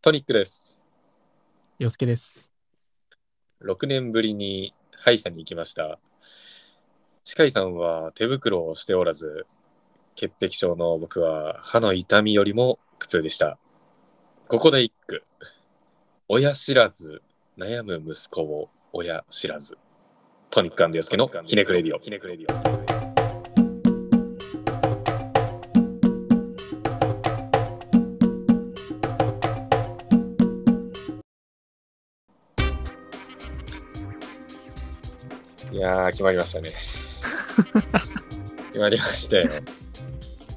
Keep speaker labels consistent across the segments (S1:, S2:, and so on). S1: トニックです。
S2: 洋介です。
S1: 6年ぶりに歯医者に行きました。近井さんは手袋をしておらず、潔癖症の僕は歯の痛みよりも苦痛でした。ここで一句。親知らず、悩む息子を親知らず。トニック洋介のひねくれディオ。ひねくれディオ。いやー、決まりましたね。決まりましたよ。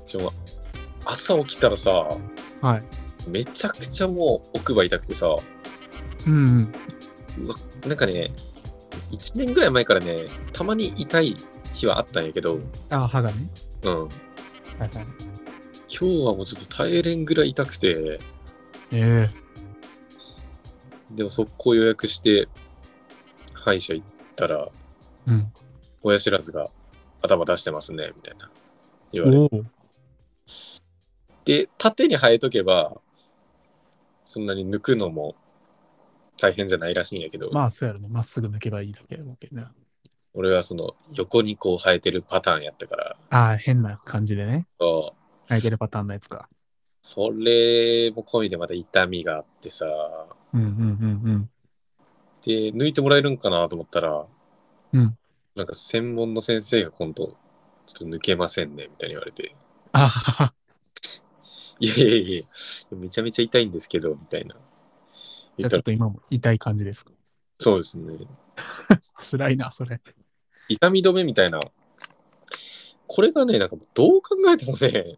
S1: ちょ、もう朝起きたらさ、
S2: はい。
S1: めちゃくちゃもう奥歯痛くてさ、
S2: うん、うん。
S1: うわなんかね、1年ぐらい前からね、たまに痛い日はあったんやけど、うん。
S2: あ、歯がね。
S1: 今
S2: はいはい。
S1: 日はもうちょっと耐えれんぐらい痛くて、
S2: え
S1: でも速攻予約して、歯医者行ったら、
S2: えうん。
S1: 親知らずが頭出してますね、みたいな。言われて
S2: おお。
S1: で、縦に生えとけば、そんなに抜くのも大変じゃないらしいんやけど、
S2: まあ、そうやろね。まっすぐ抜けばいいだけやわけね。
S1: 俺はその横にこう生えてるパターンやったから、
S2: ああ、変な感じでね。
S1: そう
S2: 泣いてるパターンのやつか。
S1: それも込みでまた痛みがあってさ、
S2: うんうんうん
S1: で、抜いてもらえるんかなと思ったら、
S2: うん。うん。
S1: なんか専門の先生が今度、ちょっと抜けませんね、みたいに言われて、
S2: あはは。
S1: いやいやいや、めちゃめちゃ痛いんですけど、みたいな。
S2: じ
S1: 言っ
S2: ゃあち
S1: た
S2: ょっ
S1: ら
S2: と今も痛い感じですか。
S1: そうですね。
S2: 辛いな、それ。
S1: 痛み止めみたいな。これがね、なんかどう考えてもね、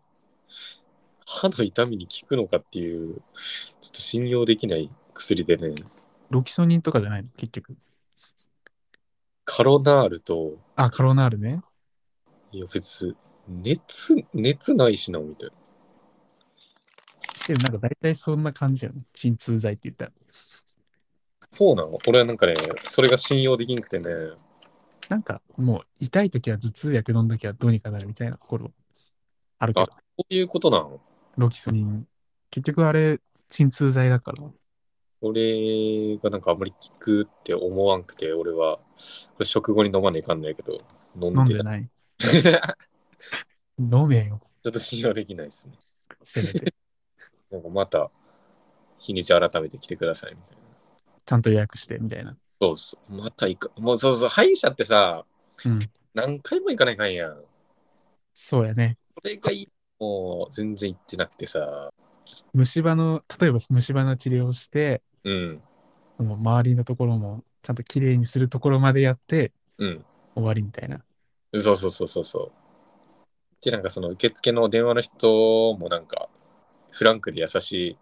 S1: 歯の痛みに効くのかっていう、ちょっと信用できない薬でね、
S2: ロキソニンとかじゃないの結局。
S1: カロナールと、
S2: あ、カロナールね。
S1: いや別、熱、熱ないしな、みたいな。
S2: でもなんか大体そんな感じよね。鎮痛剤って言ったら。
S1: そうなの俺はなんかね、それが信用できなくてね、
S2: なんかもう痛い時は頭痛薬飲んだきはどうにかなるみたいなところあるけど。
S1: そういうことなの
S2: ロキソニン。結局あれ、鎮痛剤だから。
S1: それがなんかあんまり効くって思わんくて、俺は、これ食後に飲まねえかんないけど、飲
S2: 飲
S1: ん
S2: ん
S1: で
S2: でない。
S1: ちょ
S2: 飲めよ、
S1: っと信用できないですね。
S2: せ めて。
S1: なんかまた、日にち改めて来てくださいみたいな。
S2: ちゃんと予約して、みたいな。
S1: そうそう。また行く。もうそうそう。歯医者ってさ、
S2: うん。
S1: 何回も行かないかんやん。
S2: そうやね。
S1: それがいい。もう、全然行ってなくてさ。
S2: 虫歯の、例えば虫歯の治療をして、
S1: うん。
S2: もう周りのところも、ちゃんときれいにするところまでやって、
S1: うん。
S2: 終わりみたいな。
S1: そうそうそうそうそう。で、なんかその受付の電話の人もなんか、フランクで優しい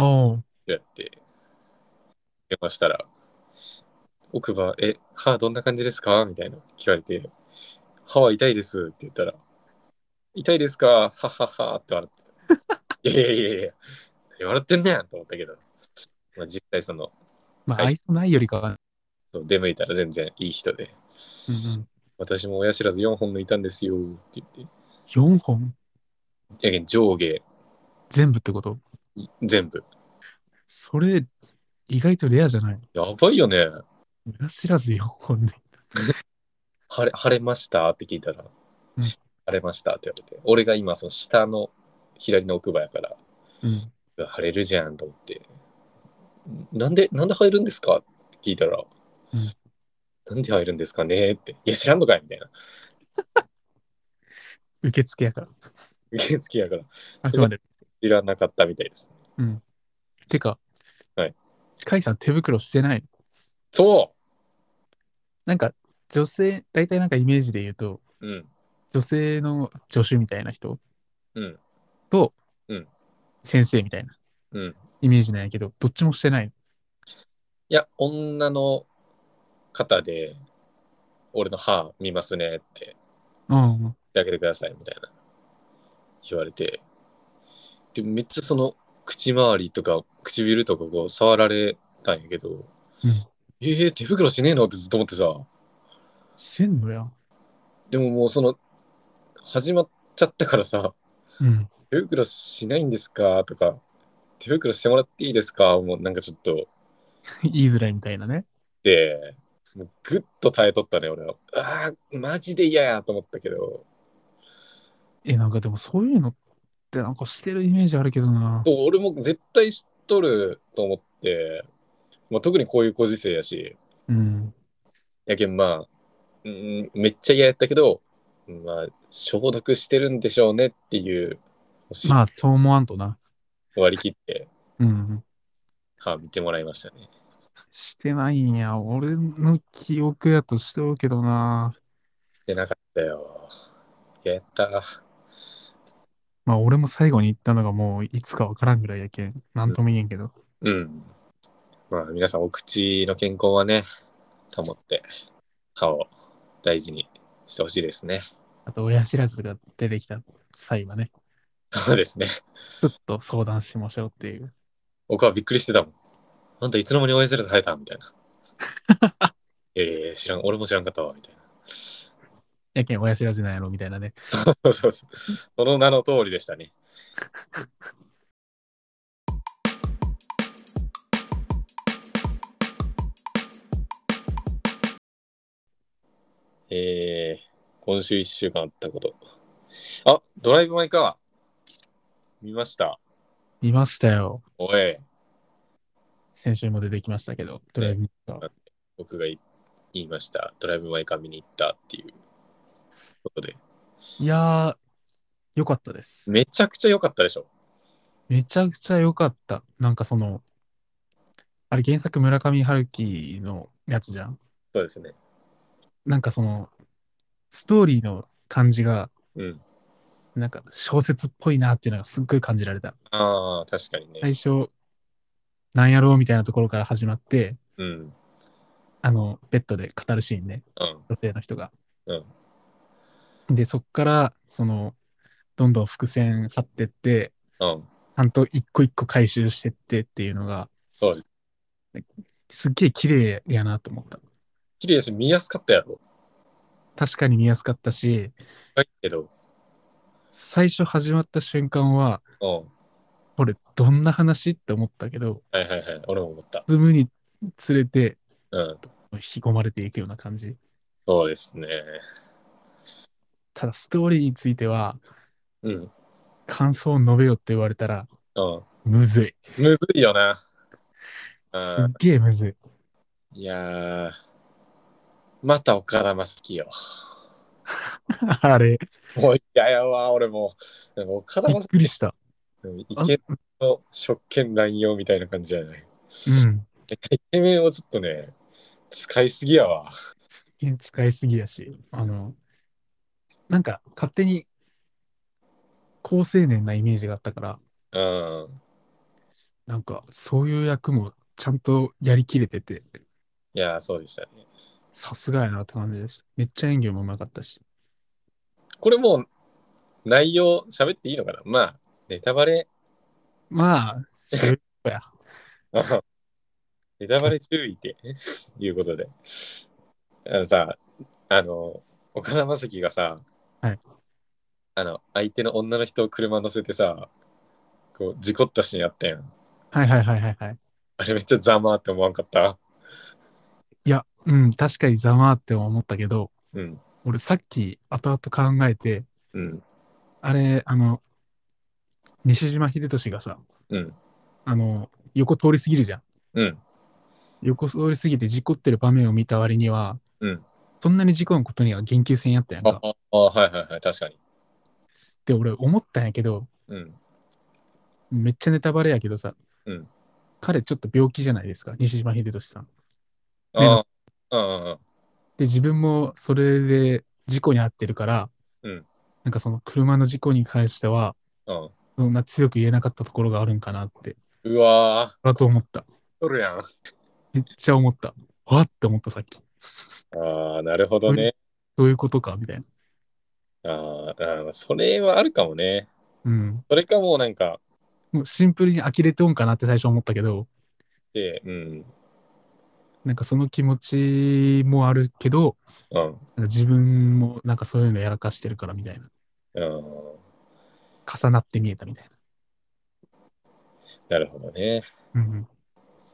S2: おお。
S1: やって、電話したら、奥歯、え、歯どんな感じですかみたいな聞かれて、歯は痛いですって言ったら、痛いですかはっはっはって笑ってた。いやいやいやいや、何笑ってんねんと思ったけど、まあ、実際その、
S2: まあ、
S1: はい
S2: 愛想ないよりかは、
S1: そう出向いたら全然いい人で、私も親知らず4本抜いたんですよって言っ
S2: 4本
S1: て、やけん上下
S2: 全部ってこと
S1: 全部。
S2: それ、意外とレアじゃない
S1: やばいよね。
S2: 裏知らず4本で。
S1: 腫れ腫れましたって聞いたら、
S2: うん
S1: し腫れましたって言われて、俺が今その下の左の奥歯やから、
S2: うん。
S1: うわ腫れるじゃんと思って、なんで、なんで入るんですかって聞いたら、
S2: ん
S1: なんで入るんですかねって、いや知らんのかいみたいな。
S2: 受付やから。
S1: 受付やから、
S2: あくまで。
S1: 知らなかったみたいです。
S2: てか、
S1: はい。
S2: 近井さん手袋してない
S1: そ
S2: なんか女性、大体なんかイメージで言うと、
S1: ううん、
S2: 女性の助手みたいな人
S1: うん、
S2: と、
S1: うん
S2: 先生みたいな
S1: うん。
S2: イメージなんやけど、どっちもしてない。
S1: いや、女の方で、俺の歯見ますねって
S2: うんうん。
S1: やってあげてくださいみたいな言われてでめっちゃその口周りとか唇とかこう触られたんやけど、えー、手袋しねえのってずっと思ってさ
S2: してんのや。
S1: でももうその始まっちゃったからさ
S2: うん。
S1: 手袋しないんですかとか手袋してもらっていいですかもうなんかちょっと、
S2: 言いづらいみたいなね。
S1: で、もうぐっと耐えとったね、俺は。ああ、マジで嫌やと思ったけど、
S2: え、なんかでもそういうのってなんかしてるイメージあるけどな。
S1: そう俺も絶対知っとると思って、まあ、特にこういうご時世やし、
S2: うん。
S1: やけんまあ、うん、めっちゃ嫌やったけど、まあ、消毒してるんでしょうねっていう、
S2: まあ、そう思わんとな。
S1: 割り切って、
S2: うん。
S1: 歯見てもらいましたね。
S2: してないんや。俺の記憶やとしておるけどな。
S1: でなかったよ。やった。
S2: まあ、俺も最後に言ったのがもういつかわからんぐらいやけん。なんとも言えんけど。
S1: うん。まあ、皆さん、お口の健康はね、保って、歯を大事にしてほしいですね。
S2: あと、親知らずが出てきた際はね、
S1: そうですね。
S2: ちょっと相談しましょうっていう。
S1: 僕はびっくりしてたもん。あんたいつの間に親知らず生えたみたいな。ええ知らん、俺も知らんかったわ、みたいな。
S2: やけん、親知らずなんやろみたいなね。
S1: そうそうそう。その名の通りでしたね。えー、今週1週間あったこと。あ、ドライブ・マイ・カー。見ました。
S2: 見ましたよ。
S1: おい、
S2: 先週も出てきましたけど、ドライブミラー
S1: 僕がい言いました。ドライブ・マイ・カー見に行ったっていうことで。
S2: いやー、よかったです。
S1: めちゃくちゃ良かったでしょ。
S2: めちゃくちゃ良かった。なんかその、あれ原作村上春樹のやつじゃん。
S1: そうですね。
S2: なんかその、ストーリーの感じが、
S1: うん。
S2: なんか小説っぽいなっていうのがすっごい感じられた。
S1: ああ、確かにね。
S2: 最初、なんやろうみたいなところから始まって、
S1: うん。
S2: あの、ベッドで語るシーンね、
S1: うん。
S2: 女性の人が。
S1: うん
S2: で、そっから、その、どんどん伏線張ってって、
S1: うん。
S2: ちゃんと一個一個回収してってっていうのが、
S1: そうです。
S2: すっげえ綺麗やなと思った。
S1: 綺麗だし、見やすかったやろ。
S2: 確かに見やすかったし、
S1: はい、けど。
S2: 最初始まった瞬間は、
S1: うん。は
S2: これどんな話って思ったけど、
S1: いはいはい。俺も思った。
S2: ズームにつれて
S1: うん。
S2: 引き込まれていくような感じ。
S1: そうですね。
S2: ただストーリーについては、
S1: うん。
S2: 感想を述べよって言われたら、
S1: うん。
S2: むずい。
S1: むずいよな。
S2: す
S1: う
S2: っげえむずい。
S1: ん。いやー。また岡田将生よ。
S2: あれ、
S1: もう嫌やわ、俺も。なんか岡田
S2: び
S1: 将
S2: っくりした。
S1: 生、うんイ
S2: あ
S1: ケメンの職権乱用みたいな感じじゃない。
S2: うん。
S1: イケメンをちょっとね、使いすぎやわ。
S2: 使いすぎやし、あの、なんか勝手に高青年なイメージがあったから、
S1: うん。
S2: なんかそういう役もちゃんとやりきれてて、
S1: いやー、そうでしたね。
S2: さすがやなって感じでした。めっちゃ演技もうまかったし。
S1: これもう内容喋っていいのかなまあ、ネタバレ、
S2: まあ、主役や。
S1: ネタバレ注意っていうことで。あのさ、あの、岡田将生がさ、
S2: はい
S1: あの、相手の女の人を車乗せてさ、こう、事故ったシーンあったやん。
S2: はいはいはいはいはい。
S1: あれめっちゃざまーって思わんかった。
S2: いや、うん、確かにざまーって思ったけど、
S1: うん、
S2: 俺さっき後々考えて、
S1: うん、
S2: あれ、あの、西島秀俊がさ、
S1: うん、
S2: あの、横通り過ぎるじゃん。
S1: うん、
S2: 横通り過ぎて事故ってる場面を見た割には、
S1: うん
S2: そんなに事故のことには言及せんやったやん
S1: あ
S2: か。
S1: あ、あ、はいはいはい、確かに。
S2: で、俺思ったんやけど、
S1: うん、
S2: めっちゃネタバレやけどさ、
S1: うん
S2: 彼ちょっと病気じゃないですか、西島秀俊さん。
S1: あーあ
S2: で、自分もそれで事故に遭ってるから、
S1: うん
S2: なんかその車の事故に関しては、
S1: ー、うん、うん。
S2: そんな強く言えなかったところがあるんかなって、
S1: うわー、
S2: だと思った。
S1: 取るやん。
S2: めっちゃ思った。わって思ったさっき。
S1: ああ、なるほどね。
S2: どういうことかみたいな。
S1: あーあー、それはあるかもね。
S2: うん。
S1: それかもうなんか、
S2: もうシンプルに呆れておんかなって最初思ったけど、
S1: で、うん、
S2: なんかその気持ちもあるけど、
S1: うん、
S2: なんか自分もなんかそういうのやらかしてるからみたいな。
S1: うん。
S2: 重なって見えたみたいな。
S1: なるほどね。
S2: うん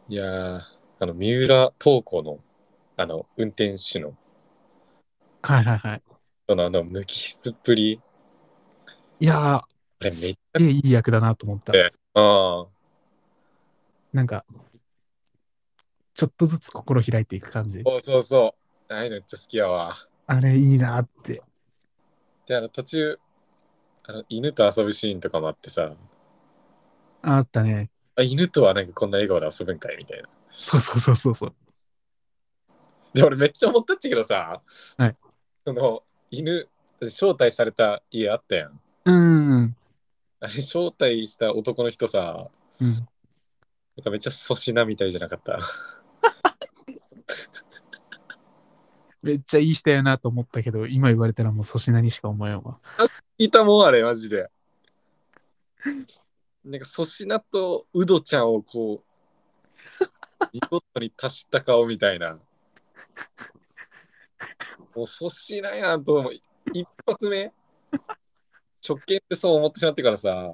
S1: いやー、あの、三浦透子の、あの、運転手の、
S2: はいはいはい。
S1: そのあの、無機質っぷり、
S2: いや
S1: あれめっちゃ
S2: ー、、えいい役だなと思った。
S1: えああ、
S2: なんか、ちょっとずつ心開いていく感じ。
S1: そうそうそう。ああいうのめっちゃ好きやわ。
S2: あれいいなって。
S1: で、あの、途中、あの、犬と遊ぶシーンとかもあってさ、
S2: あったね。
S1: あ、犬とはなんかこんな笑顔で遊ぶんかいみたいな。
S2: そうそうそうそうそう。
S1: で、俺めっちゃ思ったっちゃけどさ、
S2: はい
S1: その、犬、招待された家あったやん。
S2: うんうん。
S1: あれ、招待した男の人さ、
S2: うん。
S1: なんかめっちゃ粗品みたいじゃなかった。
S2: めっちゃいい人やなと思ったけど、今言われたらもう粗品にしか思えんわ。
S1: いたもん、あれ、マジで。なんか粗品とウドちゃんをこう、見事に足した顔みたいな。もう粗品やんと思う、一発目、直見でそう思ってしまってからさ、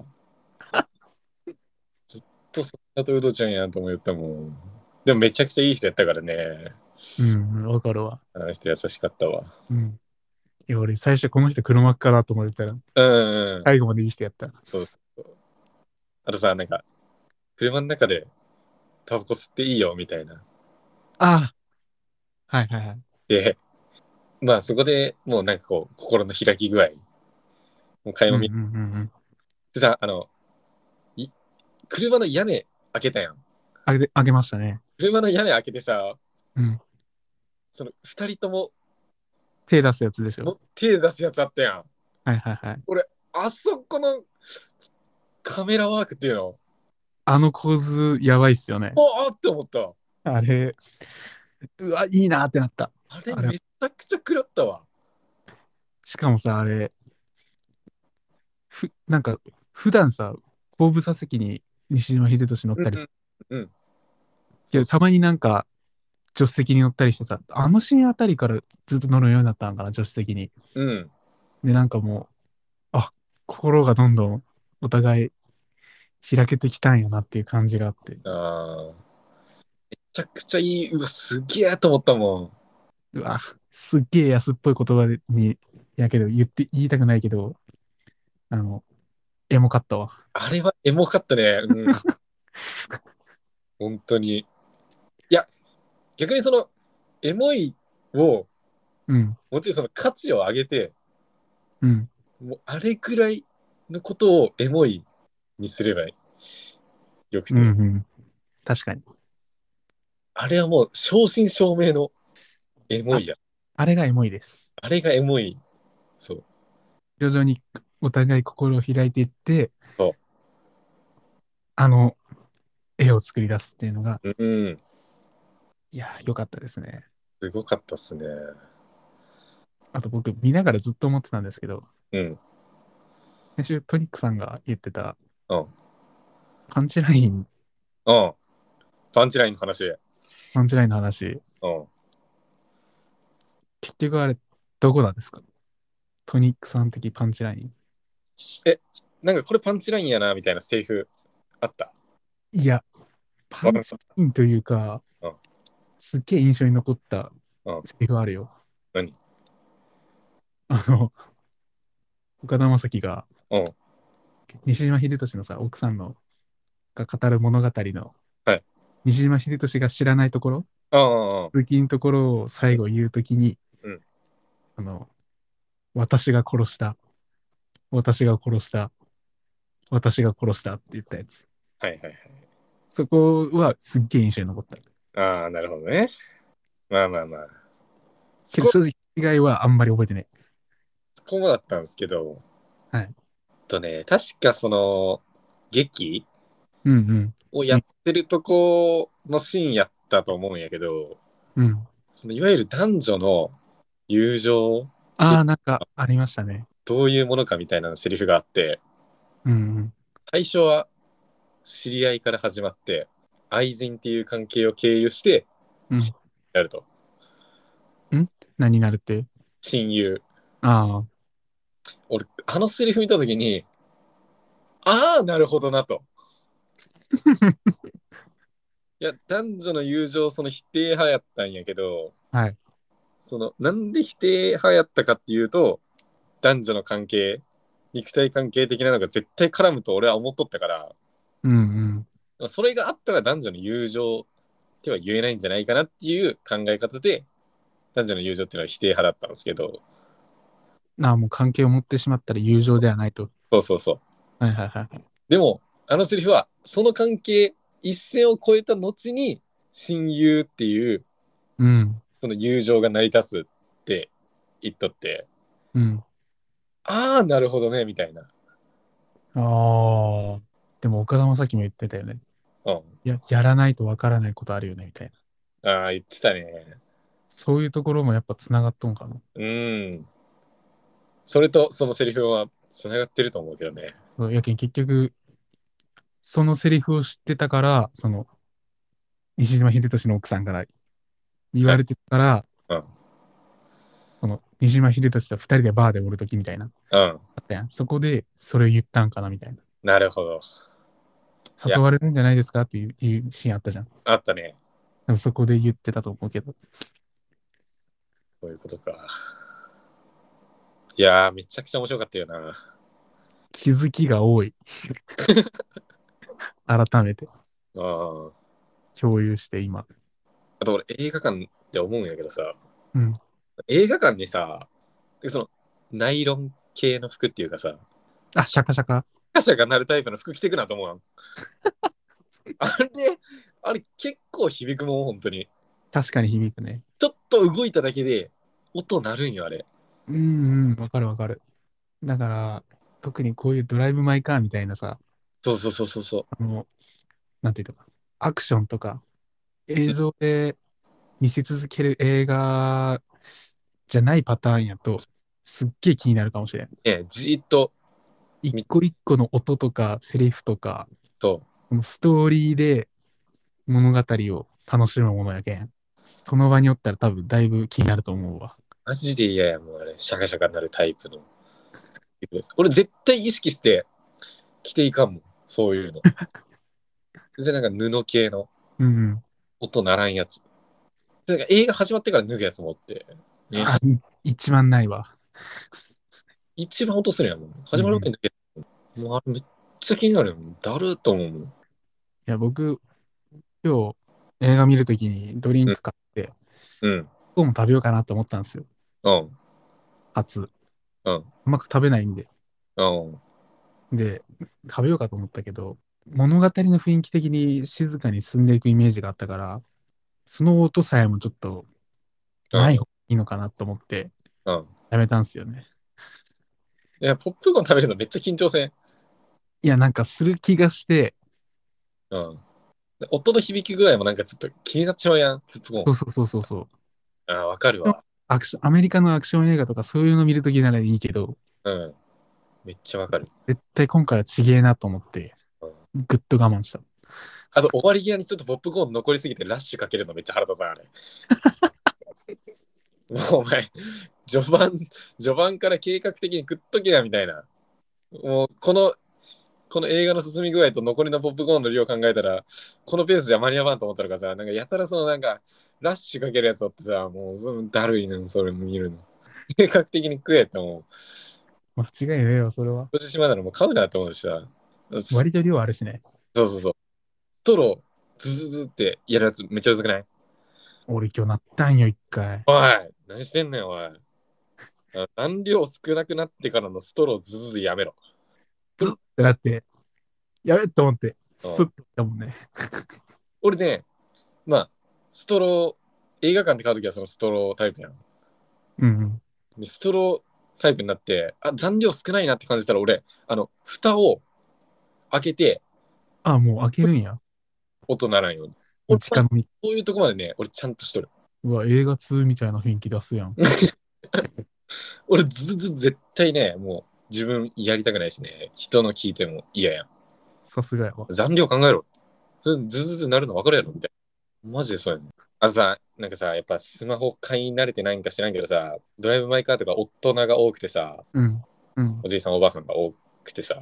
S1: ずっと粗品とウドちゃんやんと思ったもん。でもめちゃくちゃいい人やったからね。
S2: うん、わかるわ。
S1: あの人優しかったわ。
S2: うん。いや、俺最初この人黒幕かなと思ってたら、
S1: うんうん。
S2: 最後までいい人やった。
S1: あとさ、なんか、車の中でタバコ吸っていいよみたいな。
S2: ああ。はいはいはい。
S1: で、まあそこでもうなんかこう、心の開き具合。もう会話見
S2: うんうんうんうん。
S1: てさ、あの、い車の屋根開けたやん。
S2: あげ、あげましたね。
S1: 車の屋根開けてさ、
S2: うん
S1: その二人とも
S2: 手出すやつでしょ。
S1: の手出すやつあったやん。
S2: はいはいはい。
S1: あそこのカメラワークっていうの、
S2: あの構図やばいっすよね。
S1: おーって思った。
S2: あれ、うわ、いいなってなった。
S1: あれ
S2: あれ
S1: めちゃくちゃ食らったわ。
S2: しかもさ、あれ、ふ、なんか、普段さ、後部座席に西島秀俊乗ったりする。
S1: うんうんうん
S2: けど、たまになんか、助手席に乗ったりしてさ、あのシーンあたりからずっと乗るようになったんかな、助手席に。
S1: うん。
S2: で、なんかもう、あ、心がどんどんお互い開けてきたんやなっていう感じがあって、
S1: ああ。めちゃくちゃいい。うわ、すげえと思ったもん。
S2: うわ、すっげえ安っぽい言葉でに、やけど、言って、言いたくないけど、あの、エモかったわ。
S1: あれはエモかったね。うん。本当に。いや、逆にその、エモいを、
S2: うん、
S1: もちろんその価値を上げて、
S2: うん。
S1: もうあれくらいのことをエモいにすればよくて、
S2: うんうん。確かに。
S1: あれはもう正真正銘のエモいや。
S2: あれがエモいです。
S1: あれがエモい。そう。
S2: 徐々にお互い心を開いていって
S1: そう、
S2: あの、絵を作り出すっていうのが、
S1: うん。
S2: いやー、良かったですね。
S1: すごかったっすね。
S2: あと僕、見ながらずっと思ってたんですけど、
S1: うん。
S2: 先週トニックさんが言ってた、
S1: うん
S2: パンチライン、
S1: うん。パンチラインの話。
S2: パンチラインの話、
S1: うん。
S2: 結局あれ、どこなんですかトニックさん的パンチライン。
S1: なんかこれパンチラインやな、みたいなセリフあった。
S2: いや、パンチラインというか、
S1: うん
S2: すっげえ印象に残った
S1: うん
S2: セリフあるよ。
S1: 何
S2: あの、岡田将生が、
S1: うん
S2: 西島秀俊のさ、奥さんのが語る物語の、
S1: はい
S2: 西島秀俊が知らないところ、
S1: うんうん
S2: 続きのところを最後言うときに、
S1: うん
S2: あの、私が殺した、私が殺した、私が殺したって言ったやつ。
S1: はいはいはい。
S2: そこはすっげえ印象に残った。
S1: ああ、なるほどね。まあまあまあ。
S2: け
S1: そ
S2: ど
S1: こ、
S2: 正直以外はあんまり覚えてない。
S1: そこもだったんですけど。
S2: はい。
S1: とね、確かその、劇
S2: うん
S1: をやってるとこのシーンやったと思うんやけど、
S2: うん。うん。
S1: そのいわゆる男女の友情、
S2: ああ、なんかありましたね。
S1: どういうものかみたいなセリフがあって、
S2: うんうん。
S1: 最初は知り合いから始まって、愛人っていう関係を経由して
S2: うん、
S1: やると。
S2: 何になるって。
S1: 親友。
S2: ああ、
S1: 俺、あのセリフ見たときに、ああ、なるほどなと。いや、男女の友情、その否定派やったんやけど、
S2: はい。
S1: その、なんで否定派やったかっていうと、男女の関係、肉体関係的なのが絶対絡むと俺は思っとったから、
S2: うんうん。
S1: それがあったら男女の友情っては言えないんじゃないかなっていう考え方で、男女の友情っていうのは否定派だったんですけど、
S2: なあ、もう関係を持ってしまったら友情ではないと。
S1: そうそうそう。
S2: はいはいはいはい。
S1: でも、あのセリフは、その関係、一線を越えた後に、親友っていう、
S2: うん。
S1: その友情が成り立つって言っとって、
S2: うん。
S1: ああ、なるほどね、みたいな。
S2: ああ。でも岡田将生も言ってたよね。
S1: うん。
S2: いや、やらないとわからないことあるよね、みたいな。
S1: ああ、言ってたね。
S2: そういうところもやっぱつながっとんかな。
S1: うん。それと、そのセリフは、つながってると思うけどね。
S2: そうやけん結局、そのセリフを知ってたから、その、西島秀俊の奥さんから言われてたから、
S1: うん
S2: その、西島秀俊と二人でバーでおるときみたいな、
S1: うん。
S2: あったやん。そこで、それを言ったんかなみたいな。
S1: なるほど。いや
S2: 誘われるんじゃないですかっていういうシーンあったじゃん。
S1: あったね。
S2: でもそこで言ってたと思うけど。
S1: そういうことか。いやー、めちゃくちゃ面白かったよな。
S2: 気づき が多い。改めて
S1: うん。
S2: 共有して今。
S1: あと俺映画館って思うんやけどさ、
S2: うん
S1: 映画館にさ、そのナイロン系の服っていうかさ、
S2: あ、シャカシャカ。
S1: カシャがなるタイプの服着てくなと思う やん。あれ、あれ結構響くもん、本当に。
S2: 確かに響くね。
S1: ちょっと動いただけで音鳴るんよ、あれ。
S2: うんうん、わかるわかる。だから、特にこういうドライブ・マイ・カーみたいなさ、
S1: そうそうそうそうそう。
S2: あの、なんていうのか、アクションとか、映像で見せ続ける映画じゃないパターンやと、すっげえ気になるかもしれん。
S1: ね、じーっと、
S2: 一個一個の音とか、セリフとか、
S1: と、
S2: このストーリーで物語を楽しむものやけん。その場におったら多分だいぶ気になると思うわ。
S1: マジで嫌やもん、あれ。シャカシャカなるタイプの。俺絶対意識して着ていかんもん、そういうの。 全然なんか布系の。
S2: うんうん。
S1: 音ならんやつ。なんか映画始まってから脱ぐやつもおって。ね
S2: あ一番ないわ。
S1: 一番音するやんもん。始まる前に脱ぐやつ。もうあれめっちゃ気になるよ。だるーと思うもん。
S2: いや、僕、今日映画見るときにドリンク買って、
S1: うん。
S2: こうも食べようかなと思ったんですよ。
S1: うん。
S2: 初。
S1: うん
S2: うまく食べないんで。
S1: うん。
S2: で、食べようかと思ったけど、物語の雰囲気的に静かに進んでいくイメージがあったから、その音さえもちょっとない方がいいのかなと思って、
S1: うん。
S2: やめたんですよね。
S1: いや、ポップコーン食べるのめっちゃ緊張せん。
S2: いや、なんかする気がして、
S1: うん。で音の響き具合もなんかちょっと気になっちまうやん、ポップコ
S2: そ
S1: ーン
S2: う。そうそうそうそう。
S1: ああ、わかるわ。
S2: アクション、アメリカのアクション映画とかそういうの見るときならいいけど、
S1: うん。めっちゃわかる。
S2: 絶対今回はちげえなと思って、ぐっと我慢した。
S1: あと、終わり際にちょっとポップコーン残りすぎてラッシュかけるのめっちゃ腹立たん、あれ。もうお前、序盤、序盤から計画的に食っとけや、みたいな。もう、この、この映画の進み具合と残りのポップコーンの量考えたら、このペースじゃ間に合わんと思ったのかさ、なんかやたらそのなんか、ラッシュかけるやつおってさ、もうそのだるいの、それ見るの。計画的に食えって思う。
S2: 間違いねえよ、それは。
S1: 藤島ならもう買うなって思うしさ。そう
S2: 割と量あるしね。
S1: そうそう。ストロー、ズズズってやるやつめっちゃうずくない
S2: 俺今日なったんよ、一回。
S1: おい何してんねんおいあ残量少なくなってからのストローズズズやめろ。
S2: だって、やべっと思って、ス
S1: うん
S2: ッとだもんね。
S1: 俺ね、まあ、ストロー、映画館で買うときはそのストロータイプやん。
S2: うん
S1: でストロータイプになって、あ、残量少ないなって感じたら俺、あの、蓋を開けて
S2: あ、もう開けるんや。
S1: 音ならんように。
S2: もう
S1: 俺、
S2: 近飲み。
S1: そういうとこまでね、俺ちゃんとしとる。
S2: うわ、映画通みたいな雰囲気出すやん。
S1: 俺、ズズズ絶対ね、もう自分やりたくないしね、人の聞いても嫌やん。
S2: さすがやわ。
S1: 残量考えろ。ずずずずなるの分かるやろみたいな。マジでそうやねん。あとさ、なんかさ、やっぱスマホ買い慣れてないんか知らんけどさ、ドライブ・マイ・カーとか大人が多くてさ、
S2: うん。うん
S1: お。じいさんおばあさんが多くてさ、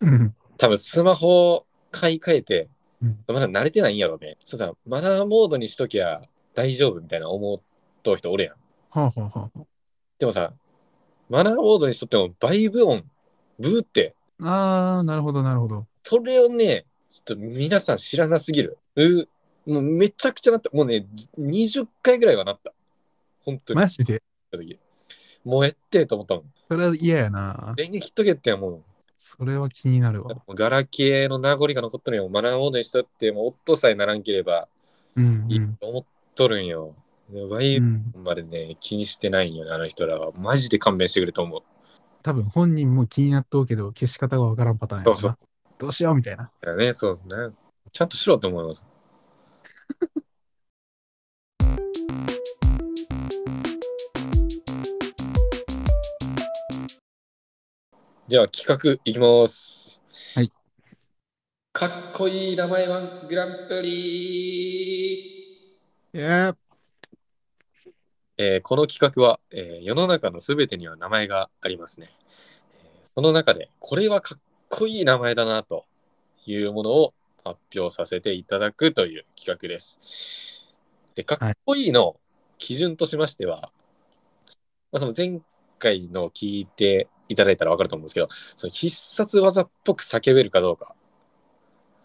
S2: うん
S1: 多分スマホ買い替えて、
S2: うん
S1: まだ慣れてないんやろね。そうさ、マナーモードにしときゃ大丈夫みたいな思うとう人おるやん。
S2: はあはあはあはあ。
S1: でもさ、マナーモードにしとってもバイブ音、ブーって、
S2: あー、なるほど、なるほど。
S1: それをね、ちょっと皆さん知らなすぎる。うもうめちゃくちゃなった。もうね、20回ぐらいはなった。本当に。
S2: マジで。
S1: やった時もうやってと思ったもん。
S2: それは嫌やな。
S1: 電撃切っとけってやもう。
S2: それは気になる
S1: も
S2: わ。
S1: うガラケーの名残が残っとるんよ。マナーモードにしとって、もう夫さえならんければ
S2: うん、
S1: いいと思っとるんよ。でワ
S2: うん。
S1: イ
S2: うん
S1: までね、気にしてないんよね、あの人らは。マジで勘弁してくれと思う。
S2: 多分本人も気になっとうけど、消し方がわからんパターンやろな
S1: そうそう
S2: どうしようみたいな。
S1: だからね、そうな。ちゃんとしろと思います。 じゃあ企画いきます。
S2: はい。
S1: かっこいい名前ワングランプリ
S2: いやー
S1: えーこの企画は、えー世の中のすべてには名前がありますね。えーその中で、これはかっこいい名前だなというものを発表させていただくという企画です。で、かっこいいの基準としましては、まあ、その前回の聞いていただいたらわかると思うんですけど、その必殺技っぽく叫べるかどうか、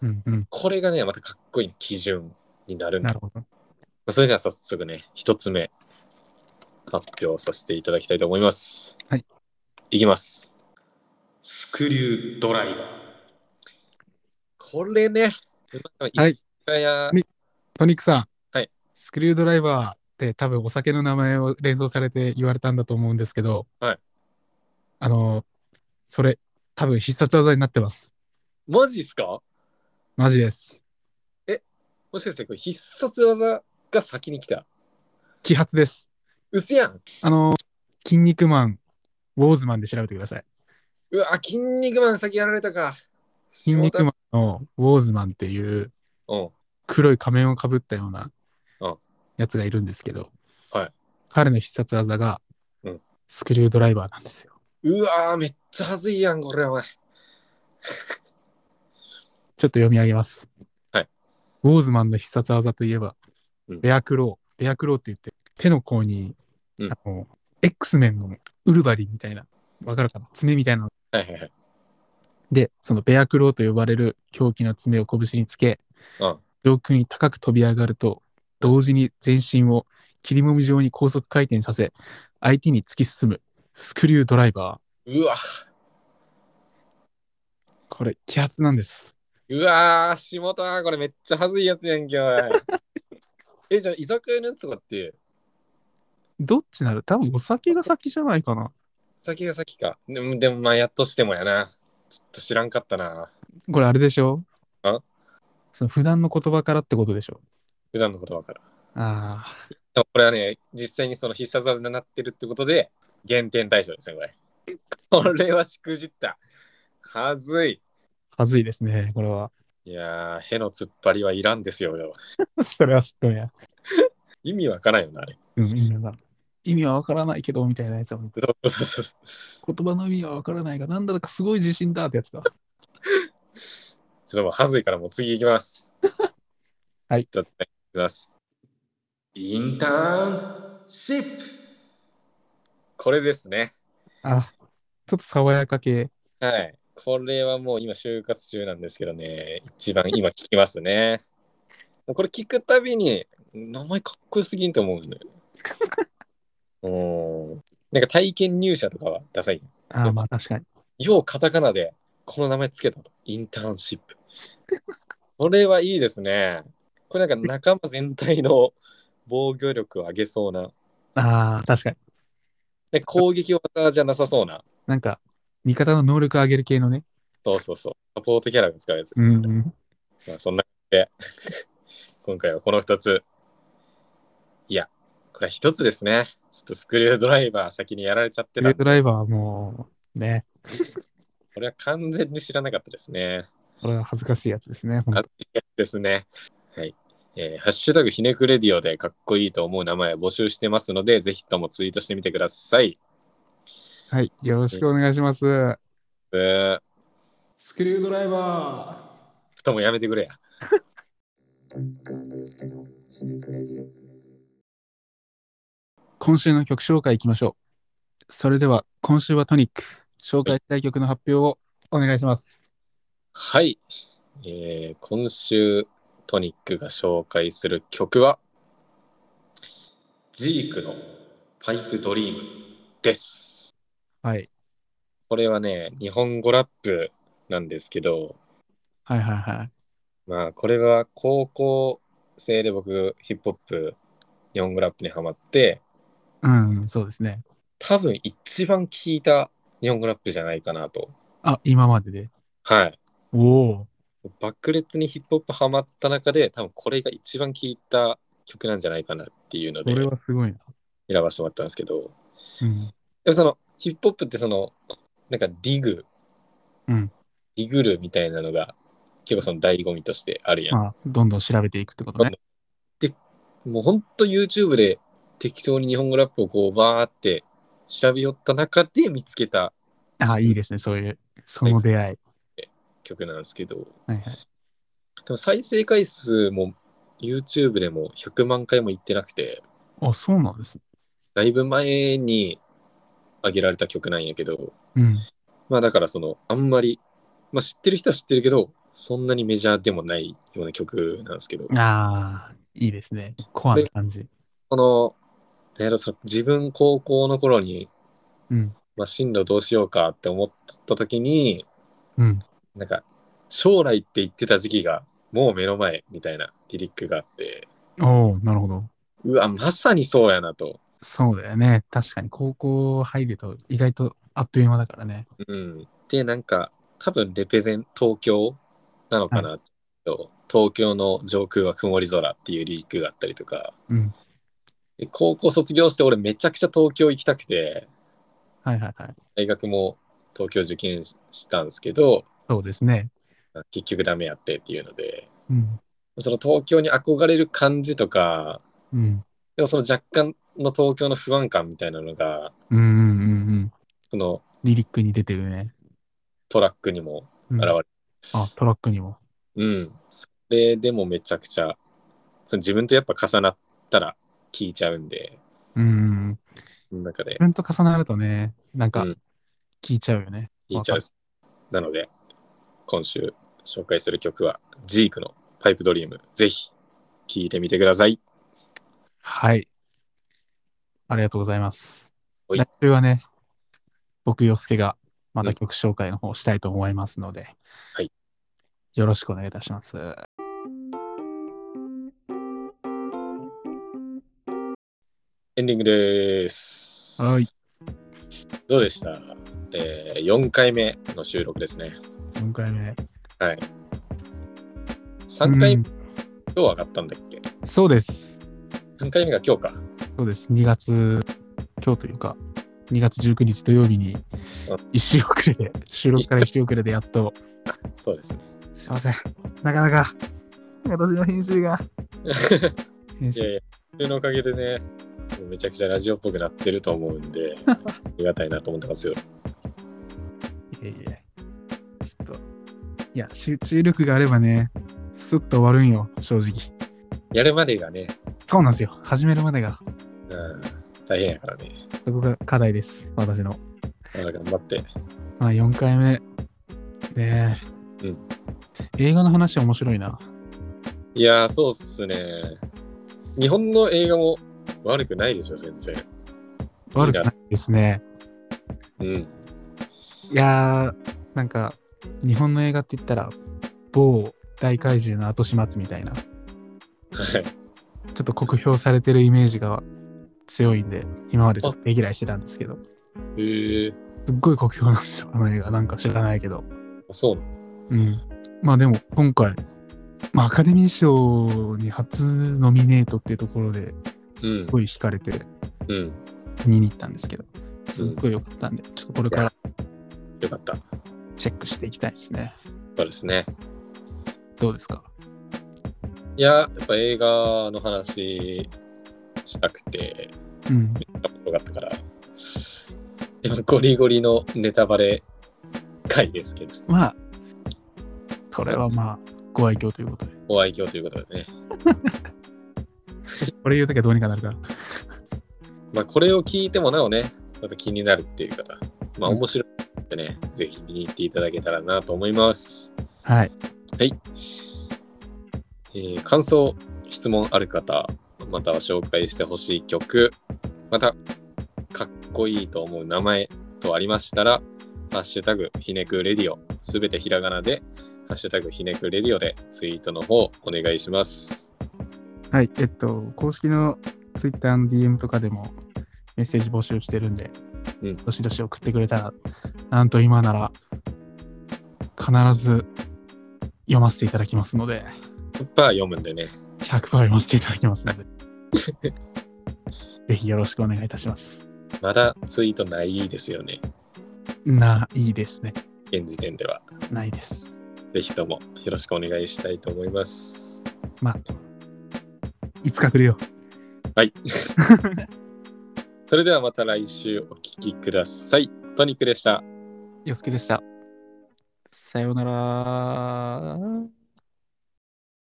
S2: うんうん。
S1: これがね、またかっこいい基準になるんです
S2: なるほど。
S1: まあそれでは早速ね、一つ目、発表させていただきたいと思います。
S2: はい。
S1: いきます。スクリュードライバー。これね、
S2: はい
S1: い。や
S2: ねトニックさん。
S1: はい。
S2: スクリュードライバーって多分お酒の名前を連想されて言われたんだと思うんですけど、
S1: はい。
S2: あの、それ、多分必殺技になってます。
S1: マジっすか
S2: マジです。
S1: もしかしてこれ必殺技が先に来た。
S2: 揮発です。
S1: うせやん。
S2: あの、筋肉マン、ウォーズマンで調べてください。
S1: うわ、筋肉マン先やられたか。
S2: 筋肉
S1: マン。
S2: マンのウォーズマンっていう
S1: うん。
S2: 黒い仮面をかぶったような
S1: うん
S2: やつがいるんですけど、
S1: はい
S2: 彼の必殺技が
S1: うん
S2: スクリュードライバーなんですよ。
S1: うわー、めっちゃはずいやん、これ、お前。
S2: ちょっと読み上げます。
S1: はい
S2: ウォーズマンの必殺技といえば、
S1: うん
S2: ベアクロー、ベアクローって言って、手の甲に、
S1: うん
S2: あの、X メンのウルバリンみたいな、わかるかな爪みたいなの
S1: はいはいはい。
S2: で、そのベアクローと呼ばれる狂気の爪を拳につけ、
S1: うん
S2: 上空に高く飛び上がると、同時に全身を切りもみ状に高速回転させ、相手に突き進むスクリュードライバ
S1: うわ、
S2: ー。これ、揮発なんです。
S1: うわー、下田、これめっちゃはずいやつやんけ、おい。え、じゃあ、居酒屋のやつとかって、
S2: どっちなる多分お酒が先じゃないかな。
S1: 先が先か。でも、でもまあ、やっとしてもやな。ちょっと知らんかったな。
S2: これあれでしょ
S1: あ
S2: その普段の言葉からってことでしょ
S1: 普段の言葉から。
S2: ああ。
S1: でもこれはね、実際にその必殺技になってるってことで、減点対象ですね、これ。これはしくじった。はずい。
S2: はずいですね、これは。
S1: いやー、への突っ張りはいらんですよ、俺は
S2: それは知っとんや。
S1: 意味わからんよな、あれ。
S2: うん、意味は。意味はわからないけど、みたいなやつはもう
S1: そうそうそう。
S2: 言葉の意味はわからないが、なんだかすごい自信だってやつだ。
S1: ちょっともうはずいからもう次行きます。
S2: はい。
S1: じゃあ、行きます。インターンシップこれですね。
S2: あ、ちょっと爽やか系。
S1: はい。これはもう今就活中なんですけどね、一番今聞きますね。もうこれ聞くたびに、名前かっこよすぎんと思うんだよね。うん。なんか体験入社とかはダサい。
S2: あーまあ確かに。
S1: ようカタカナでこの名前つけたと。インターンシップ。これはいいですね。これなんか仲間全体の防御力を上げそうな。
S2: ああ、確かに。
S1: で攻撃技じゃなさそうな。
S2: なんか、味方の能力上げる系のね。
S1: そうそうそう。サポートキャラが使うやつで
S2: う
S1: す、ね
S2: ん、うん。
S1: まあ、そんな感じで、今回はこの2つ。いや、これは1つですね。ちょっとスクリュードライバー先にやられちゃってた
S2: スレ
S1: ん
S2: ー
S1: で。
S2: ドライバーはもう、ね、
S1: これは完全に知らなかったですね。
S2: これは恥ずかしいやつですね。ほんと
S1: あですね。はい。えーハッシュタグひねくれディオでかっこいいと思う名前を募集してますので、ぜひともツイートしてみてください。
S2: はい、よろしくお願いします。
S1: えー
S2: スクリュードライバー。
S1: ともやめてくれや。
S2: 今週の曲紹介いきましょう。それでは今週はトニック、紹介したい曲の発表をお願いします。
S1: はい、えー今週トニックが紹介する曲はジークのパイプドリームです。
S2: はい。
S1: これはね、日本語ラップなんですけど、
S2: はいはいはい。
S1: まあこれは高校生で僕ヒップホップ、日本語ラップにハマって、
S2: うん、そうですね。
S1: 多分一番聴いた日本語ラップじゃないかなと。
S2: あ、今までで。
S1: はい。
S2: おお。
S1: 爆裂にヒップホップハマった中で、多分これが一番聴いた曲なんじゃないかなっていうの
S2: こ
S1: で、
S2: れ
S1: 選
S2: はすごいな。
S1: ばせてもらったんですけど、
S2: うん。
S1: でもそのヒップホップってそのなんかディグ、
S2: うん
S1: ディグるみたいなのが結構その醍醐味としてあるやん。
S2: まあ、どんどん調べていくってことね。
S1: もうほんと YouTube で適当に日本語ラップをこうバーって調べ寄った中で見つけた
S2: あ、いいですね。そういう、その出会い。
S1: 曲なんですけど、で
S2: はいはい。
S1: も再生回数も YouTube でも100万回もいってなくて、
S2: あ、そうなんです。
S1: だいぶ前に上げられた曲なんやけど、
S2: うん。
S1: まあだからそのあんまり、まあ知ってる人は知ってるけど、そんなにメジャーでもないような曲なんですけど、
S2: ああ、いいですね。コアな感じ。
S1: この、なんやろその自分高校の頃に、
S2: うん。
S1: まあ、進路どうしようかって思った時に、
S2: うん。
S1: なんか、将来って言ってた時期がもう目の前みたいなリリックがあって、
S2: おおなるほど。
S1: うわ、まさにそうやなと。
S2: そうだよね。確かに高校入ると意外とあっという間だからね。
S1: うん。で、なんか、多分レペゼン東京なのかな、東京の上空は曇り空っていうリリックがあったりとか、
S2: うん。
S1: で高校卒業して俺めちゃくちゃ東京行きたくて、
S2: はいはいはい。
S1: 大学も東京受験ししたんですけど、
S2: そうですね。
S1: 結局ダメやってっていうので、
S2: うん。
S1: その東京に憧れる感じとか、
S2: うん。
S1: でもその若干の東京の不安感みたいなのが、
S2: うんうんうんうん。
S1: この
S2: リリックに出てるね。
S1: トラックにも
S2: うん
S1: 現れる。
S2: あ、トラックにも。
S1: うん。それでもめちゃくちゃ、その自分とやっぱ重なったら聞いちゃうんで、
S2: うんうんうん。
S1: その中で
S2: 自分と重なるとね、なんか
S1: うん
S2: 聞いちゃうよね。
S1: 聞いちゃう。なので、今週紹介する曲は、ジークのパイプドリーム。ぜひ、聴いてみてください。
S2: はい。ありがとうございます。
S1: はい
S2: 来週はね、僕、洋介がまた曲紹介の方をしたいと思いますので、
S1: はい
S2: よろしくお願いいたします。
S1: エンディングです。
S2: はい。
S1: どうでしたえー、4回目の収録ですね。
S2: 4回目。
S1: はい。3回
S2: うん
S1: 目、今日上がったんだっけ
S2: そうです。
S1: ?3 回目が今日か。
S2: そうです。2月、今日というか、2月19日土曜日に
S1: うん、
S2: 1週遅れで、収録から1週遅れでやっと、
S1: そうですね。
S2: すいません。なかなか、私の編集が。編
S1: いや
S2: 集
S1: いや、それのおかげでね、もうめちゃくちゃラジオっぽくなってると思うんで、ありがたいなと思ってますよ。
S2: いやいや。ちょっと。いや、集中力があればね、スッと終わるんよ、正直。
S1: やるまでがね、
S2: そうなんですよ。始めるまでが、
S1: うん、大変やからね。
S2: そこが課題です、私の。
S1: まだ頑張って。
S2: まあ、4回目。ねえ。
S1: うん
S2: 映画の話面白いな。
S1: いやー、そうっすね。日本の映画も悪くないでしょ、全然。
S2: 悪くないですね。
S1: うん。
S2: いやー、なんか、日本の映画って言ったら、某大怪獣の後始末みたいな、ちょ
S1: はい。
S2: っと酷評されてるイメージが強いんで、今までちょっと毛嫌いしてたんですけど、
S1: えー、
S2: すっごい酷評なんですよ、この映画。なんか知らないけど。
S1: あそうなの
S2: うん。まあでも、今回、まあ、アカデミー賞に初ノミネートっていうところですっごい惹かれて
S1: うん。
S2: 見に行ったんですけど、すっごい良かったんで、ちょっとこれから
S1: よかった。
S2: チェックしていきたいですね。
S1: そうですね。
S2: どうですか
S1: いや、やっぱ映画の話したくて、
S2: うん。
S1: よかったから。でもゴリゴリのネタバレ回ですけど。
S2: まあ、それはまあ、ご愛嬌ということで。
S1: ご愛嬌ということでね。
S2: これ言うときはどうにかなるから。
S1: まあ、これを聞いてもなおね、また気になるっていう方、まあ、面白いのでね、ぜひ見に行っていただけたらなと思います。
S2: はい。
S1: はい。えー感想、質問ある方、または紹介してほしい曲、また、かっこいいと思う名前とありましたら、ハッシュタグひねくレディオ、すべてひらがなで、ハッシュタグひねくレディオでツイートの方お願いします。
S2: はい。えっと、公式の Twitter の DM とかでもメッセージ募集してるんで、
S1: うん
S2: どしどし送ってくれたら、なんと今なら、必ず読ませていただきますので、
S1: やっぱ読むんでね、
S2: 100%読ませていただきま すので、ぜひよろしくお願いいたします。
S1: まだツイートないですよね、
S2: ないですね。
S1: 現時点では。
S2: ないです。
S1: ぜひともよろしくお願いしたいと思います。
S2: まあ、いつか来るよ。
S1: それではまた来週お聞きください。トニックでした。
S2: よすけでした。さようなら。